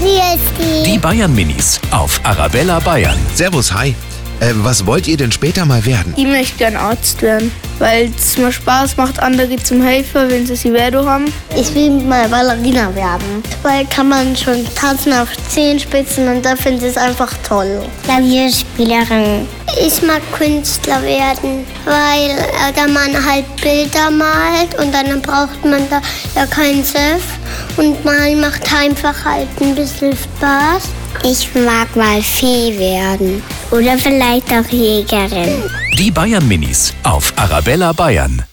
Christi. Die Bayern Minis auf Arabella Bayern. Servus, hi. Äh, was wollt ihr denn später mal werden? Ich möchte gern Arzt werden, weil es mir Spaß macht, andere zum Helfer, wenn sie sie Werdo haben. Ich will mal Ballerina werden, weil kann man schon tanzen auf Zehenspitzen und da finde ich es einfach toll. Klavierspielerin. Ich mag Künstler werden, weil äh, da man halt Bilder malt und dann braucht man da ja keinen Chef und malen macht einfach halt ein bisschen Spaß. Ich mag mal Fee werden oder vielleicht auch Jägerin. Die Bayern Minis auf Arabella Bayern.